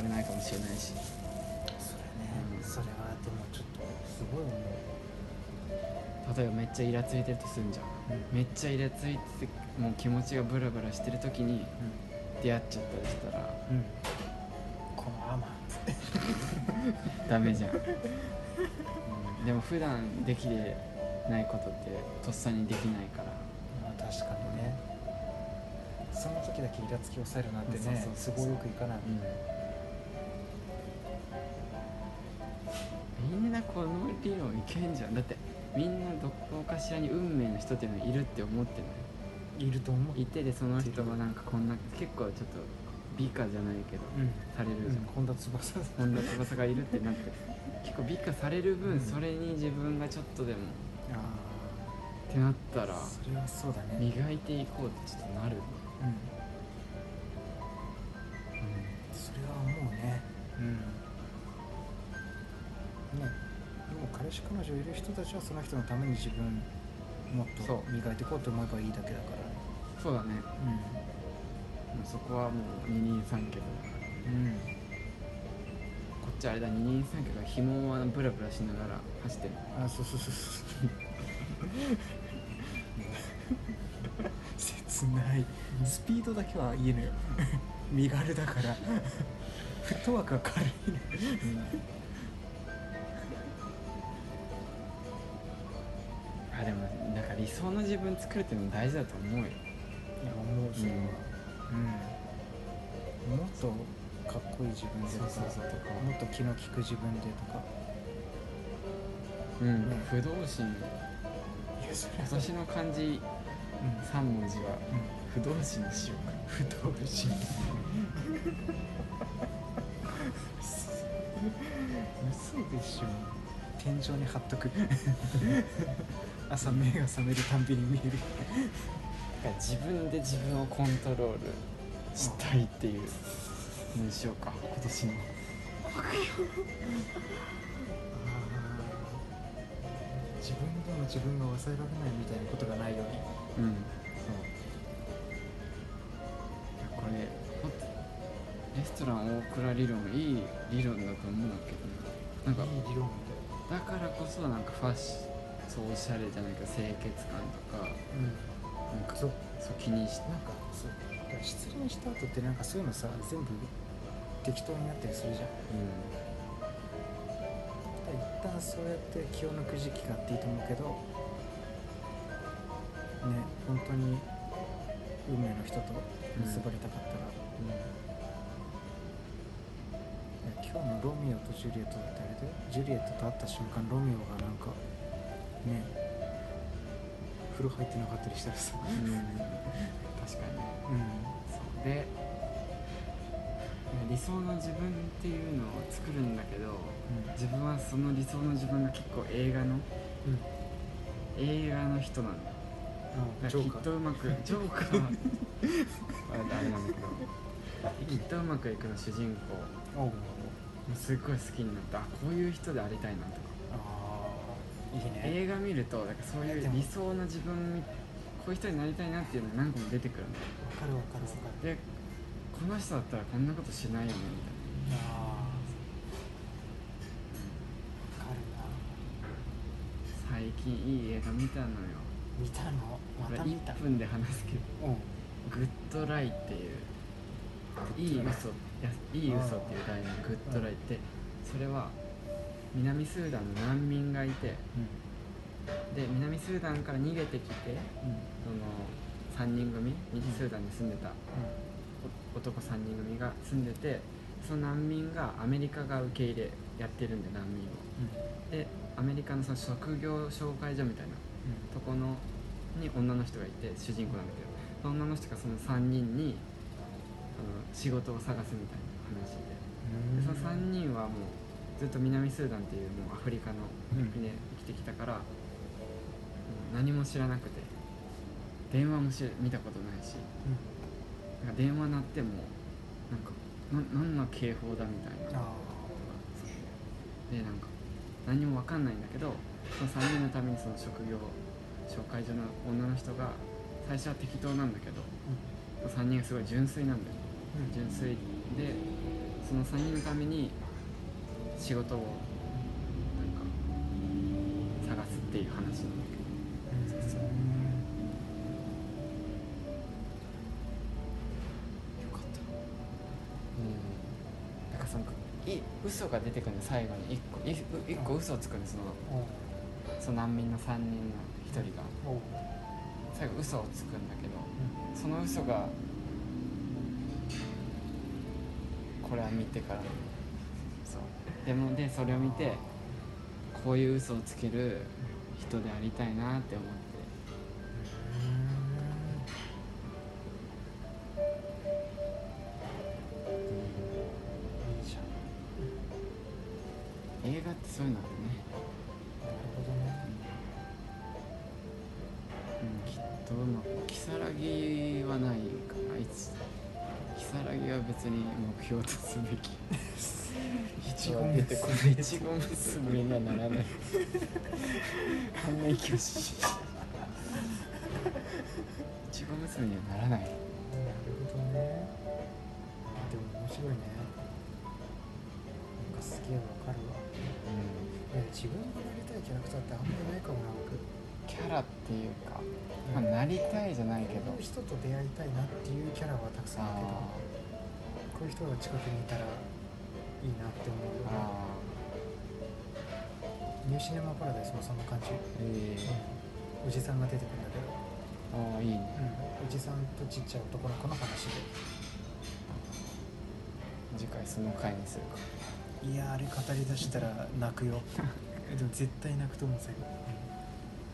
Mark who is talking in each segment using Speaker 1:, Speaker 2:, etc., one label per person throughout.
Speaker 1: もしれないし
Speaker 2: それねそれはでもちょっとすごい思う
Speaker 1: 例えばめっちゃイラついてるとすんじゃんめっちゃイラついててもう気持ちがブラブラしてる時に出会っちゃったりしたら
Speaker 2: うんうんこのアマンつって
Speaker 1: ダメじゃん、うんでも普段できてないことってとっさにできないから
Speaker 2: まあ確かにねその時だけイラつき抑えるなんて
Speaker 1: そうそう
Speaker 2: ね
Speaker 1: そう
Speaker 2: す
Speaker 1: そう
Speaker 2: ごいよくいかない
Speaker 1: みんなこの理論いけんじゃんだってみんなどこかしらに運命の人っていうのいるって思ってない
Speaker 2: いると思う
Speaker 1: いてでその人がなんかこんな結構ちょっと美化じゃないけど
Speaker 2: うん
Speaker 1: される
Speaker 2: うん
Speaker 1: じゃん
Speaker 2: 本田翼さん
Speaker 1: 本田翼がいるってなって結構美化される分それに自分がちょっとでも
Speaker 2: あ
Speaker 1: ってなったら
Speaker 2: あそれはそうだね
Speaker 1: 磨いていこうってちょっとなるね
Speaker 2: うんそれはもうねうんねでも彼氏彼女いる人たちはその人のために自分もっ
Speaker 1: そ
Speaker 2: と
Speaker 1: う
Speaker 2: 磨いていこうと思えばいいだけだから
Speaker 1: そうだねもうそこはもう二人三脚だ
Speaker 2: うん、うん、
Speaker 1: こっちあれだ二人三脚が紐はブラブラしながら走ってる
Speaker 2: あそうそうそうそう切ないスピードだけはいいのよ身軽だからフットワークは軽いの
Speaker 1: あでもなんか理想の自分作るっていうのも大事だと思うよ
Speaker 2: いや思うそれはうん、もっとかっこいい自分でとか
Speaker 1: そうそうそうとか
Speaker 2: もっと気の利く自分でとか
Speaker 1: うん、
Speaker 2: うん
Speaker 1: 不動心
Speaker 2: いやそれ
Speaker 1: 今年の漢字3文字は不
Speaker 2: うん、うん、
Speaker 1: 動心にしようか
Speaker 2: 不動心嘘でしょ天井に貼っとく朝目が覚めるたんびに見える
Speaker 1: だから自分で自分をコントロールしたいっていうのにしようか今年の
Speaker 2: 自分でも自分が抑えられないみたいなことがないように
Speaker 1: うん
Speaker 2: そ
Speaker 1: これほんとレストラン大倉理論いい理論だと思うんだけどななんか
Speaker 2: いい理論み
Speaker 1: だからこそなんかファッションそうおしゃれじゃないか清潔感とか
Speaker 2: たい
Speaker 1: な
Speaker 2: な、
Speaker 1: んか
Speaker 2: そう
Speaker 1: そう気にして
Speaker 2: なんかそうだから失恋した後ってなんかそういうのさ全部適当になったりするじゃ
Speaker 1: う
Speaker 2: んだから一旦そうやって気を抜く時期があっていいと思うけどね本当に運命の人と結ばれたかったら、
Speaker 1: ん、
Speaker 2: いや今日のロミオとジュリエットだってあれでジュリエットと会った瞬間ロミオがなんかね風呂入ってなかったりしたらさ
Speaker 1: うんうん、確かにね
Speaker 2: う
Speaker 1: そうで理想の自分っていうのを作るんだけど自分はその理想の自分が結構映画の
Speaker 2: んうん
Speaker 1: 映画の人なんだよ
Speaker 2: あ
Speaker 1: だ
Speaker 2: ジ
Speaker 1: から
Speaker 2: ョ
Speaker 1: き
Speaker 2: ー
Speaker 1: っ
Speaker 2: カー
Speaker 1: とうまくジョーカーはああれなんだけどきっとうまくいくの主人公も
Speaker 2: おう
Speaker 1: うすっごい好きになったあこういう人でありたいなとか
Speaker 2: ああいいね
Speaker 1: 映画見るとなんかそういう理想の自分みこういう人になりたいなっていうのが何個も出てくるんだよ
Speaker 2: わかるわかるわかる
Speaker 1: でこの人だったらこんなことしないよねみたいな
Speaker 2: ああわかるな
Speaker 1: 最近いい映画見たのよ
Speaker 2: 見たのま
Speaker 1: これ
Speaker 2: た見た
Speaker 1: 1分で話すけど
Speaker 2: うん
Speaker 1: 「グッドライ」っていう「いい嘘」いや「いい嘘」っていう題の「グッドライ」ってそれは南スーダンの難民がいてで南スーダンから逃げてきて
Speaker 2: うんうん
Speaker 1: その3人組南スーダンに住んでたお男3人組が住んでてその難民がアメリカが受け入れやってるんで難民を
Speaker 2: うん
Speaker 1: でアメリカのその職業紹介所みたいなとこのに女の人がいて主人公なんだけどその女の人がその3人にあの仕事を探すみたいな話で
Speaker 2: う
Speaker 1: で
Speaker 2: ん
Speaker 1: その3人はもうずっと南スーダンっていうもうアフリカの
Speaker 2: うん
Speaker 1: 国で生きてきたから、もう何も知らなくて電話もし見たことないしなんか電話鳴ってもなんかな何の警報だみたい
Speaker 2: うんあ
Speaker 1: なでなんか何も分かんないんだけどその3人のためにその職業紹介所の女の人が最初は適当なんだけど
Speaker 2: あ
Speaker 1: 3人がすごい純粋なんだよ純粋でその3人のために仕事をなんか探すっていう話なんだけどそう
Speaker 2: かっ
Speaker 1: うんなんかそのい嘘が出てくるの最後に1個い一個嘘をつくのその
Speaker 2: たおう
Speaker 1: その難民の3人の1人が
Speaker 2: おう
Speaker 1: 最後嘘をつくんだけど
Speaker 2: うん
Speaker 1: その嘘がこれは見てからそうでもでそれを見てこういう嘘をつける人でありたいなって思って
Speaker 2: いいじゃん
Speaker 1: 映画ってそういうのあ
Speaker 2: なるほどね
Speaker 1: るね、うん、きっとうまく如月はないかないつ如月は別に目標とすべき
Speaker 2: 一言出てこない
Speaker 1: 一言結びにはならないあんな息をし一言結びにはならない
Speaker 2: なるほどねでも面白いねなんかすげえわかるわ
Speaker 1: うん
Speaker 2: いや自分がなりたいキャラクターってあんまないかもな僕
Speaker 1: キャラっていうか、まあ、なりたいじゃないけど
Speaker 2: こういう人と出会いたいなっていうキャラはたくさんあるけど
Speaker 1: あ
Speaker 2: こういう人が近くにいたらいいなって思
Speaker 1: ー
Speaker 2: うよ
Speaker 1: あ
Speaker 2: ニューシネマパラダイスもそんな感じ、
Speaker 1: ーえ
Speaker 2: うん、おじさんが出てくるんだけど、
Speaker 1: ー、あーいいね
Speaker 2: うん、おじさんとちっちゃい男の子の話で
Speaker 1: 次回その回にするか
Speaker 2: いやーあれ語り出したら泣 くよでも絶対泣くと思う最後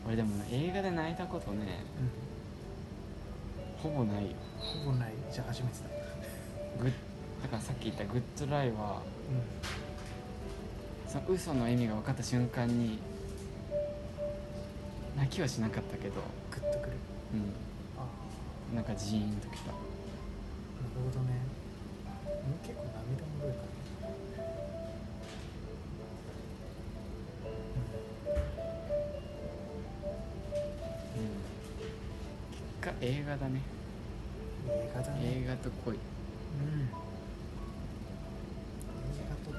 Speaker 1: 俺でも映画で泣いたことね
Speaker 2: う
Speaker 1: ほぼないよ
Speaker 2: ん、ほぼないじゃあ初めてだ
Speaker 1: グッだからさっき言ったグッドライは
Speaker 2: う
Speaker 1: その嘘の意味が分かった瞬間に泣きはしなかったけど、
Speaker 2: んグッとくる
Speaker 1: う
Speaker 2: ああ
Speaker 1: ん、なんかジーンときた
Speaker 2: なるほどねもう結構涙もろいからね
Speaker 1: 結果映画だね
Speaker 2: うん映画だね
Speaker 1: 映画と恋、
Speaker 2: うん映画と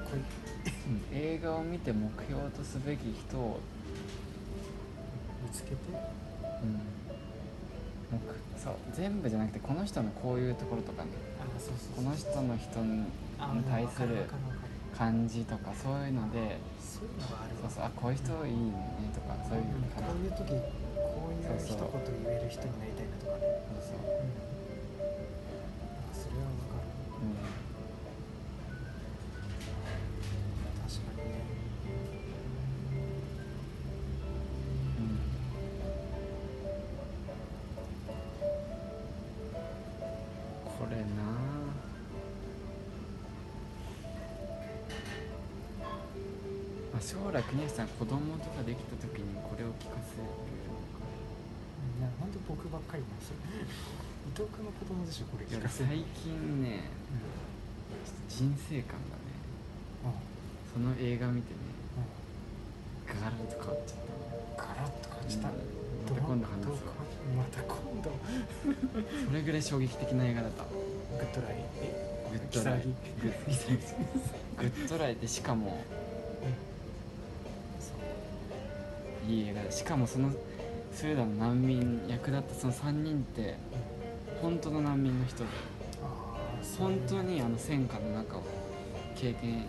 Speaker 2: 恋
Speaker 1: 映画を見て目標とすべき人を、
Speaker 2: 見つけて
Speaker 1: 目そう全部じゃなくてこの人のこういうところとかね
Speaker 2: ああそうそう
Speaker 1: この人の人に
Speaker 2: あもう
Speaker 1: 対
Speaker 2: わ
Speaker 1: す
Speaker 2: かるわ
Speaker 1: る
Speaker 2: かるわかる
Speaker 1: 感じとかそういうので
Speaker 2: そういうのがある
Speaker 1: そ
Speaker 2: わ
Speaker 1: うそうあこういう人いいねとかそういう
Speaker 2: うん
Speaker 1: 感
Speaker 2: こういう時こういう
Speaker 1: そう
Speaker 2: 一
Speaker 1: そう
Speaker 2: 言言える人になりたいなとかね
Speaker 1: じそうそう
Speaker 2: うんあそれはわかる
Speaker 1: う
Speaker 2: 確かにね
Speaker 1: ん、うんこれなああ将来国吉さん子供とかできた時にこれを聞かせる
Speaker 2: いやなんで僕ばっかりなんですよ伊藤君の子供でしょこれ
Speaker 1: いや
Speaker 2: 聞
Speaker 1: 俺
Speaker 2: かせる、うん、
Speaker 1: 最近ねちょっと人生観がね
Speaker 2: あ
Speaker 1: その映画見てね
Speaker 2: あ
Speaker 1: ガラッと変わっちゃっ
Speaker 2: ガラッと感じ
Speaker 1: た
Speaker 2: た、
Speaker 1: ね、
Speaker 2: ど
Speaker 1: うんまた今度
Speaker 2: ど
Speaker 1: 話すわ
Speaker 2: こまた今度
Speaker 1: それぐらい衝撃的な映画だった
Speaker 2: グッドライえ
Speaker 1: グッドライ
Speaker 2: 如
Speaker 1: グッグッドライでしかもそういい映画でしかもそのスーダンの難民役立ったその3人って本当の難民の人で
Speaker 2: ああそう
Speaker 1: 本
Speaker 2: いう
Speaker 1: 当にあの戦火の中を経験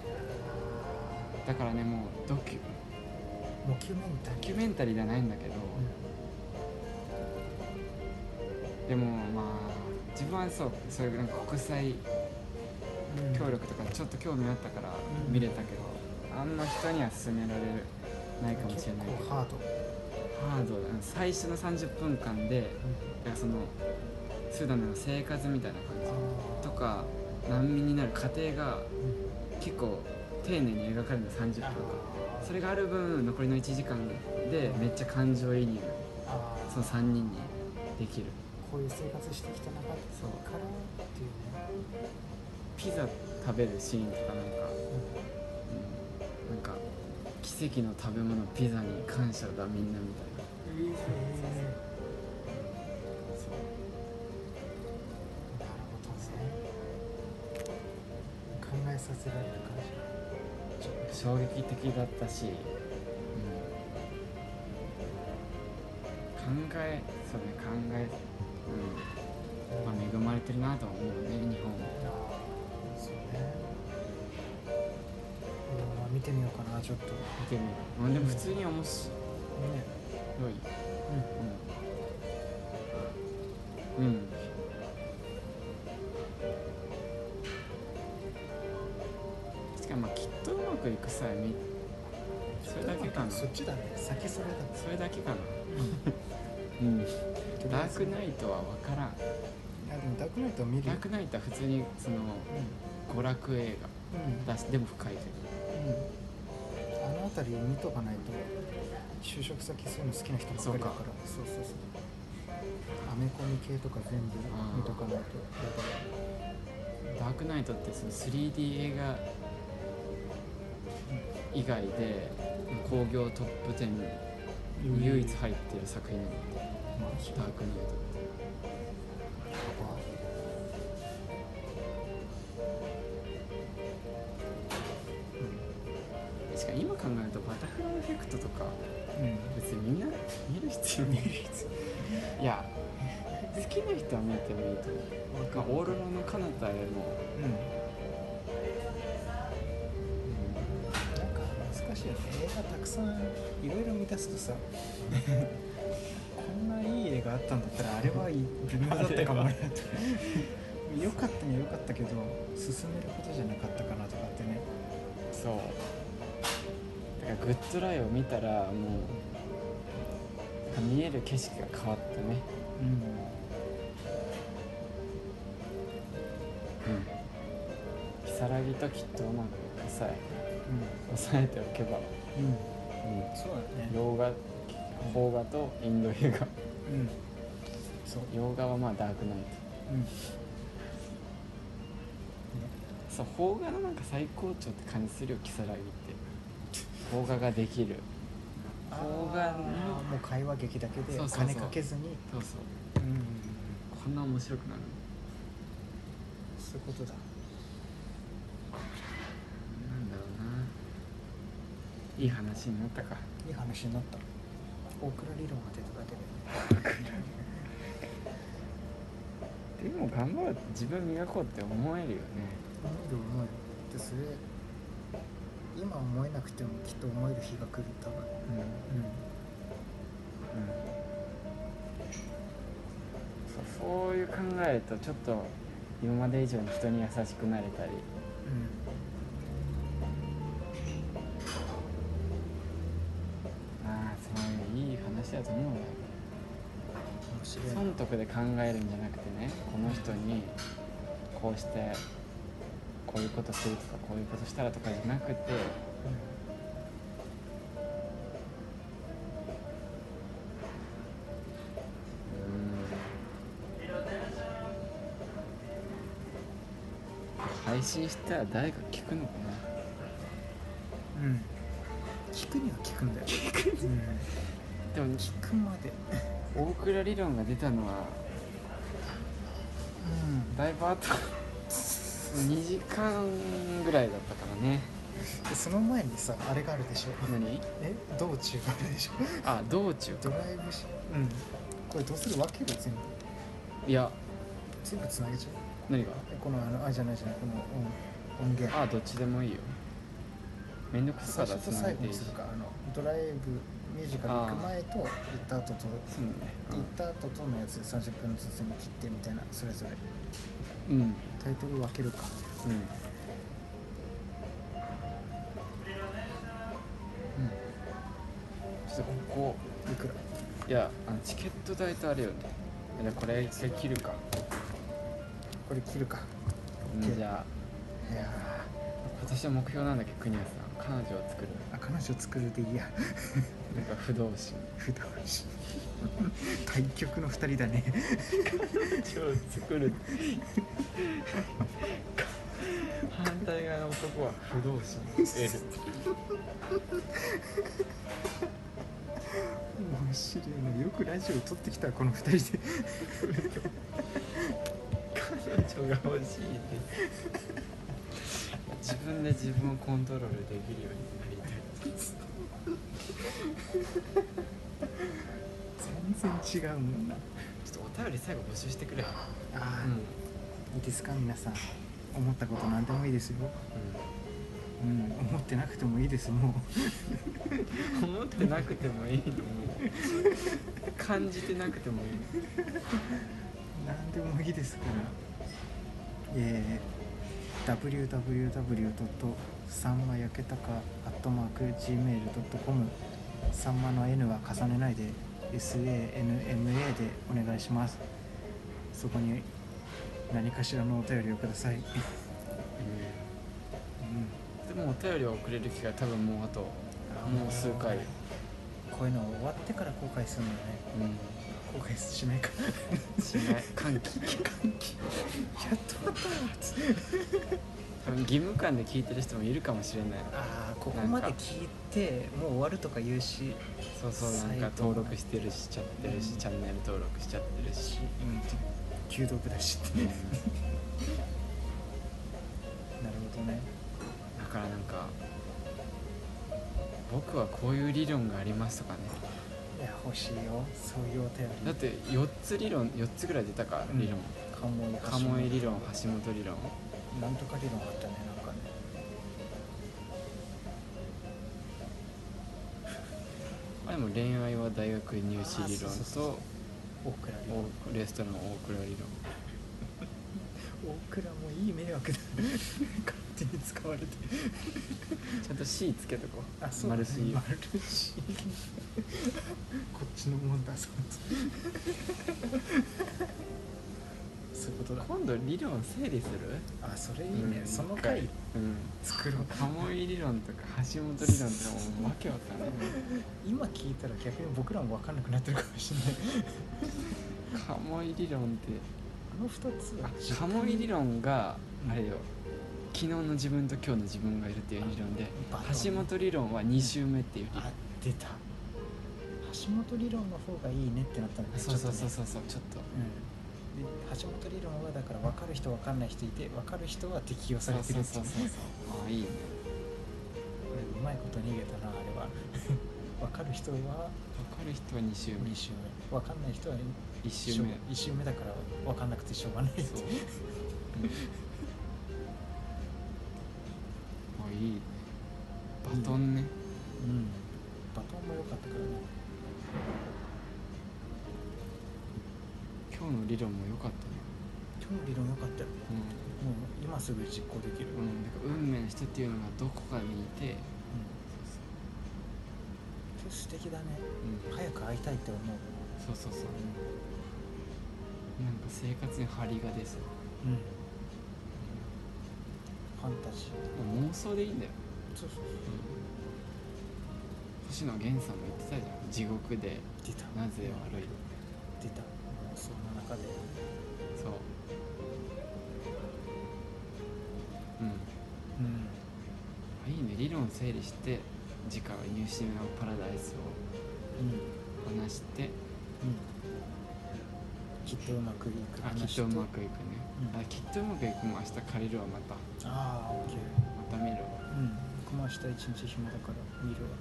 Speaker 1: だからねもうドキュ
Speaker 2: ドキュメンタリ
Speaker 1: ド
Speaker 2: ー
Speaker 1: キュメンタリーじゃないんだけど、でもまあ自分はそうそういうなんか国際
Speaker 2: うん
Speaker 1: 協力とかちょっと興味あったから
Speaker 2: うん
Speaker 1: 見れたけど、あんま人には勧められないかもしれないけ
Speaker 2: 結
Speaker 1: ど
Speaker 2: 構ハード、
Speaker 1: ハードだな最初の30分間でいやそのスーダンでの生活みたいな感じと
Speaker 2: あ
Speaker 1: か難民になる過程が
Speaker 2: ーうん
Speaker 1: 結構丁寧に描かれるの30分間
Speaker 2: あ
Speaker 1: それがある分残りの1時間でめっちゃ感情移入
Speaker 2: あー
Speaker 1: その3人にできる
Speaker 2: こういう生活してきた中から
Speaker 1: そう
Speaker 2: って
Speaker 1: ピ
Speaker 2: いうね、
Speaker 1: ザ食べるシーンとかなんか、
Speaker 2: う、
Speaker 1: うん、なんか奇跡の食べ物ピザに感謝だみんなみたいなん
Speaker 2: ええ
Speaker 1: そう
Speaker 2: なるほどね考えさせられる感じちょっと
Speaker 1: 衝撃的だったし、うん、考えそうね考え、うんまあ、恵まれてるなと思うね日本も
Speaker 2: あーそうねうんまあ見てみようかなちょっとね
Speaker 1: 見てみよう、まあ、でも普通に面白い、うんうん、確かにまあきっとうまくいくさえみそれだけかな
Speaker 2: そっちだね先それだ
Speaker 1: それだけかなうんダークナイトは分からん
Speaker 2: いやでもダークナイトは見る
Speaker 1: ダ
Speaker 2: よ
Speaker 1: ークナイトは普通にその娯楽映
Speaker 2: うんうん
Speaker 1: 画だしでも深いけど
Speaker 2: うんあの辺り見とかないと就職先そういうの好きな人ばっかりだからそうそうそうアメコミ系とか全部見とかないとやばい
Speaker 1: ダークナイトってその 3D 映画以外で興行トップ10に唯一入ってる作品なの
Speaker 2: マジ
Speaker 1: ダークナイトってしかも今考えるとバタフライエフェクトとか
Speaker 2: うん
Speaker 1: 別にみんな見る必要ないいや好きな人は見てもいいと思うなんかオーロラの彼方へも、
Speaker 2: うんなんか難しいよね映画たくさんいろいろ満たすとさこんないい映画あったんだったらあれはいい微妙だったかもねとよかったにはよかったけど進めることじゃなかったかなとかってね
Speaker 1: そうだからグッドライを見たらもうなんか見える景色が変わったね
Speaker 2: うん
Speaker 1: うん如月ときっとうまく抑え抑えておけば、
Speaker 2: うんうん
Speaker 1: う
Speaker 2: そうだね
Speaker 1: ん、洋画邦画とインド映画
Speaker 2: うんそう
Speaker 1: 洋画はまあダークナイ
Speaker 2: うんね
Speaker 1: トそう邦画のなんか最高潮って感じするよ如月って邦画ができる
Speaker 2: あ
Speaker 1: 邦画の
Speaker 2: ーもう会話劇だけで
Speaker 1: そうそうそう
Speaker 2: 金かけずに
Speaker 1: そうそう
Speaker 2: うん
Speaker 1: こんな面白くなる
Speaker 2: そういうことだ
Speaker 1: なんだろうないい話になったか
Speaker 2: いい話になった大倉理論が出ただけで
Speaker 1: でも頑張る自分磨こうって思えるよね
Speaker 2: 思える思えるでそれ今思えなくてもきっと思える日が来る多分
Speaker 1: うんうんそうそういう考えるとちょっと今まで以上に人に優しくなれたり
Speaker 2: うん
Speaker 1: ああそういういい話だと思うよ
Speaker 2: 面白いな
Speaker 1: 損得で考えるんじゃなくてねこの人にこうしてこういうことするとかこういうことしたらとかじゃなくて配信したら誰か聞くのかな
Speaker 2: うん、うん、聞くには聞くんだよ聞く,、うん、
Speaker 1: でも
Speaker 2: 聞くまで
Speaker 1: 大倉理論が出たのは
Speaker 2: う
Speaker 1: だいぶ後 2時間ぐらいだったからね
Speaker 2: んでその前にさあれがあるでしょ
Speaker 1: 何
Speaker 2: え道中があるでしょ
Speaker 1: あ道中
Speaker 2: ドライブしうんこれどうするわける全部
Speaker 1: いや
Speaker 2: 全部つなげちゃう
Speaker 1: 何が
Speaker 2: えこのあのあじゃないじゃないこの音音源
Speaker 1: あどっちでもいいよめんどくさ
Speaker 2: 最
Speaker 1: だ
Speaker 2: 初
Speaker 1: つ
Speaker 2: と
Speaker 1: な
Speaker 2: 最
Speaker 1: い
Speaker 2: 後
Speaker 1: でい
Speaker 2: に
Speaker 1: いし
Speaker 2: するかあのドライブミュージカル行く前と行った後と
Speaker 1: そうね
Speaker 2: 行った後とのやつで30分ずつに切ってみたいなそれぞれ
Speaker 1: うんうん
Speaker 2: タイトル分けるか
Speaker 1: うんちょっとこ
Speaker 2: いくら
Speaker 1: こいやあのチケット代とあれよねいやこれ一回切るか、
Speaker 2: これ切るか
Speaker 1: うん
Speaker 2: 切る
Speaker 1: じゃあ
Speaker 2: いや
Speaker 1: 今年の目標なんだっけ国安さん彼女を作る
Speaker 2: ーあ彼女作るでいいや
Speaker 1: なんか不動心
Speaker 2: 普段し 対局の2人だね
Speaker 1: 彼女を作る反対側の男は不動心
Speaker 2: 面白いねよくラジオ撮ってきたこの2人で
Speaker 1: 彼女が欲しいです自分で自分をコントロールできるようになりたいです
Speaker 2: 全然違うもんな
Speaker 1: ちょっとお便り最後募集してくれ
Speaker 2: あ
Speaker 1: う
Speaker 2: あ、
Speaker 1: ん、うん、
Speaker 2: いいですか皆さん思ったこと何でもいいですよ、うん、思ってなくてもいいです も
Speaker 1: 思ってなくてもいいと思う感じてなくてもいいう
Speaker 2: 何でもいいですからえー、www. ま焼けたか .gmail.com さんまの N は重ねないで SANMA でお願いしますそこに何かしらのお便りをください、うん
Speaker 1: でもお便りを送れる機会多分もうあともう数回、うん、
Speaker 2: こういうの終わってから後悔するのよね後悔しないか
Speaker 1: しない歓喜
Speaker 2: やっと終わったわつって
Speaker 1: 多分義務感で聞いてる人もいるかもしれない
Speaker 2: ああここまで聞いてもう終わるとか言うし
Speaker 1: そうそうなんか登録してるしちゃってるし、チャンネル登録しちゃってるし、
Speaker 2: うん休読だしって
Speaker 1: うん
Speaker 2: なるほどね
Speaker 1: だからなんか僕はこういう理論がありますとかね
Speaker 2: いや欲しいよそういうお便り
Speaker 1: だって4つ理論4つぐらい出たか
Speaker 2: うん
Speaker 1: 理論、
Speaker 2: カモイ
Speaker 1: カモエ理論橋本理論
Speaker 2: なんとか理論あったねなんかね
Speaker 1: あでも恋愛は大学入試理論
Speaker 2: あそうそう
Speaker 1: と
Speaker 2: 大倉理論
Speaker 1: おレストラン大倉理論
Speaker 2: 大倉もいい迷惑だ 勝手に使われて
Speaker 1: ちゃんと C つけとこう
Speaker 2: あそうだね
Speaker 1: 丸すぎる
Speaker 2: 丸すぎるこっちのもんだそうそういうことだ
Speaker 1: 今度理論整理する
Speaker 2: あそれいいね、
Speaker 1: うん
Speaker 2: その回
Speaker 1: うん
Speaker 2: 作ろう
Speaker 1: カモイ理論とか橋本理論とかもうわけわかんない
Speaker 2: 今聞いたら逆に僕らも分かんなくなってるかもしれない
Speaker 1: カモイ理論って
Speaker 2: あの2つは
Speaker 1: あカモイ理論が
Speaker 2: うん
Speaker 1: あれよ昨日の自分と今日の自分がいるっていう理論で
Speaker 2: バトン
Speaker 1: 橋本理論は2周目っていう理論
Speaker 2: あ出た橋本理論の方がいいねってなったんだね
Speaker 1: そうそうそう
Speaker 2: ちょっ
Speaker 1: そうそうちょっと
Speaker 2: とねうんで橋本理論はだから分かる人分かんない人いて分かる人は適用さ
Speaker 1: そう
Speaker 2: れ
Speaker 1: そう
Speaker 2: て
Speaker 1: そ
Speaker 2: る
Speaker 1: う
Speaker 2: ってい
Speaker 1: そうああいいね
Speaker 2: 俺うまいこと逃げたなあれは 分かる人は
Speaker 1: 分かる人は2周目
Speaker 2: 2周目分かんない人は
Speaker 1: 1周目
Speaker 2: 1周目だから分かんなくてしょうがないって
Speaker 1: そう、うん、あいいねバトンね
Speaker 2: うんバトンも良かったからね
Speaker 1: 今日の理論も良かったね
Speaker 2: 今日理論良かったよ
Speaker 1: う
Speaker 2: もう今すぐ実行できる、
Speaker 1: ん、うん、だから運命の人っていうのがどこかにいて、
Speaker 2: うん素敵だね
Speaker 1: うん、
Speaker 2: 早く会いたいって思う、
Speaker 1: そうそうそう、なんか生活に張りが出そう、
Speaker 2: うん、ファンタジー
Speaker 1: もう妄想でいいんだよ、
Speaker 2: そうそう
Speaker 1: 星野源さんも言ってたじゃん地獄で
Speaker 2: 出た
Speaker 1: なぜ悪い
Speaker 2: 出たもうその中で
Speaker 1: そううん
Speaker 2: うん
Speaker 1: あいいね理論整理して次回は「ニューシメのパラダイス」
Speaker 2: うん
Speaker 1: を話して
Speaker 2: うんきっとうまくいく
Speaker 1: あきっとうまくいくね、
Speaker 2: うん
Speaker 1: あきっとうまくいくも明日借りるわまた
Speaker 2: ああオッケ
Speaker 1: また見るわ
Speaker 2: ーうん僕も明日一日暇だから見るわ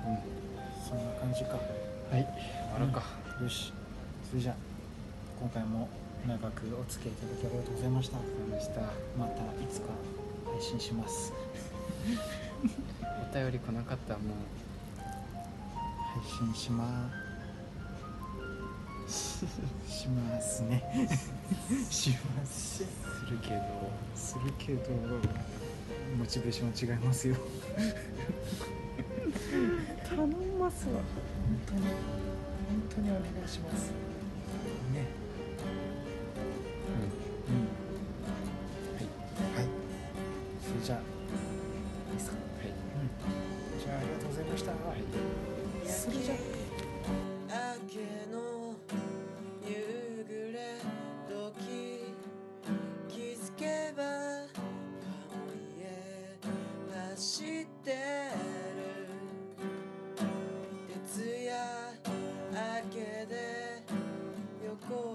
Speaker 1: うん、うん、
Speaker 2: そんな感じか
Speaker 1: はい終わろうか、
Speaker 2: よしそれじゃあ今回も長くお付き合いいただきありがとうございました
Speaker 1: ありがとうございました
Speaker 2: またいつか配信します
Speaker 1: お便り来なかったらも
Speaker 2: 配信しまーしますねします
Speaker 1: うするけど
Speaker 2: するけどモチベーションは違いますよ
Speaker 1: 頼みますわ
Speaker 2: 本当に本当にお願いしますね
Speaker 1: うん
Speaker 2: うんはいはいそれじゃあいいですか
Speaker 1: はい
Speaker 2: うんじゃあありがとうございました、
Speaker 1: はい
Speaker 2: それじゃあ
Speaker 3: 明けの夕暮れ時気づけば海へ走ってる徹夜明けで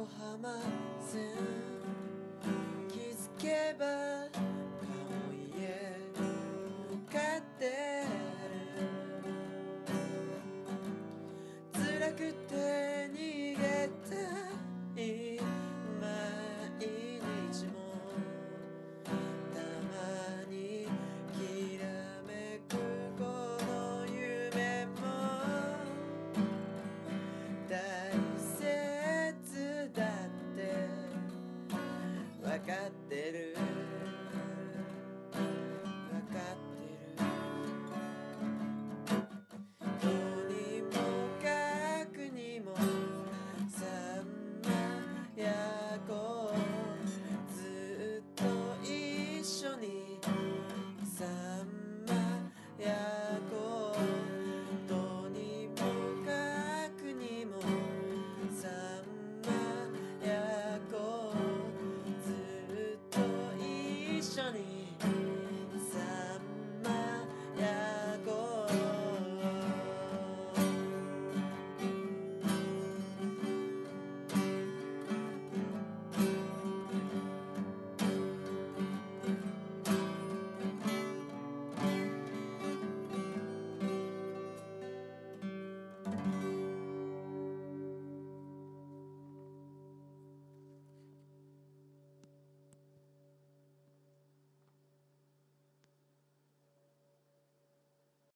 Speaker 3: わかってるわかってるとにもかくにもさんまやこうずっと一緒にさんまやこうとにもかくにもさんまやこうずっと一緒に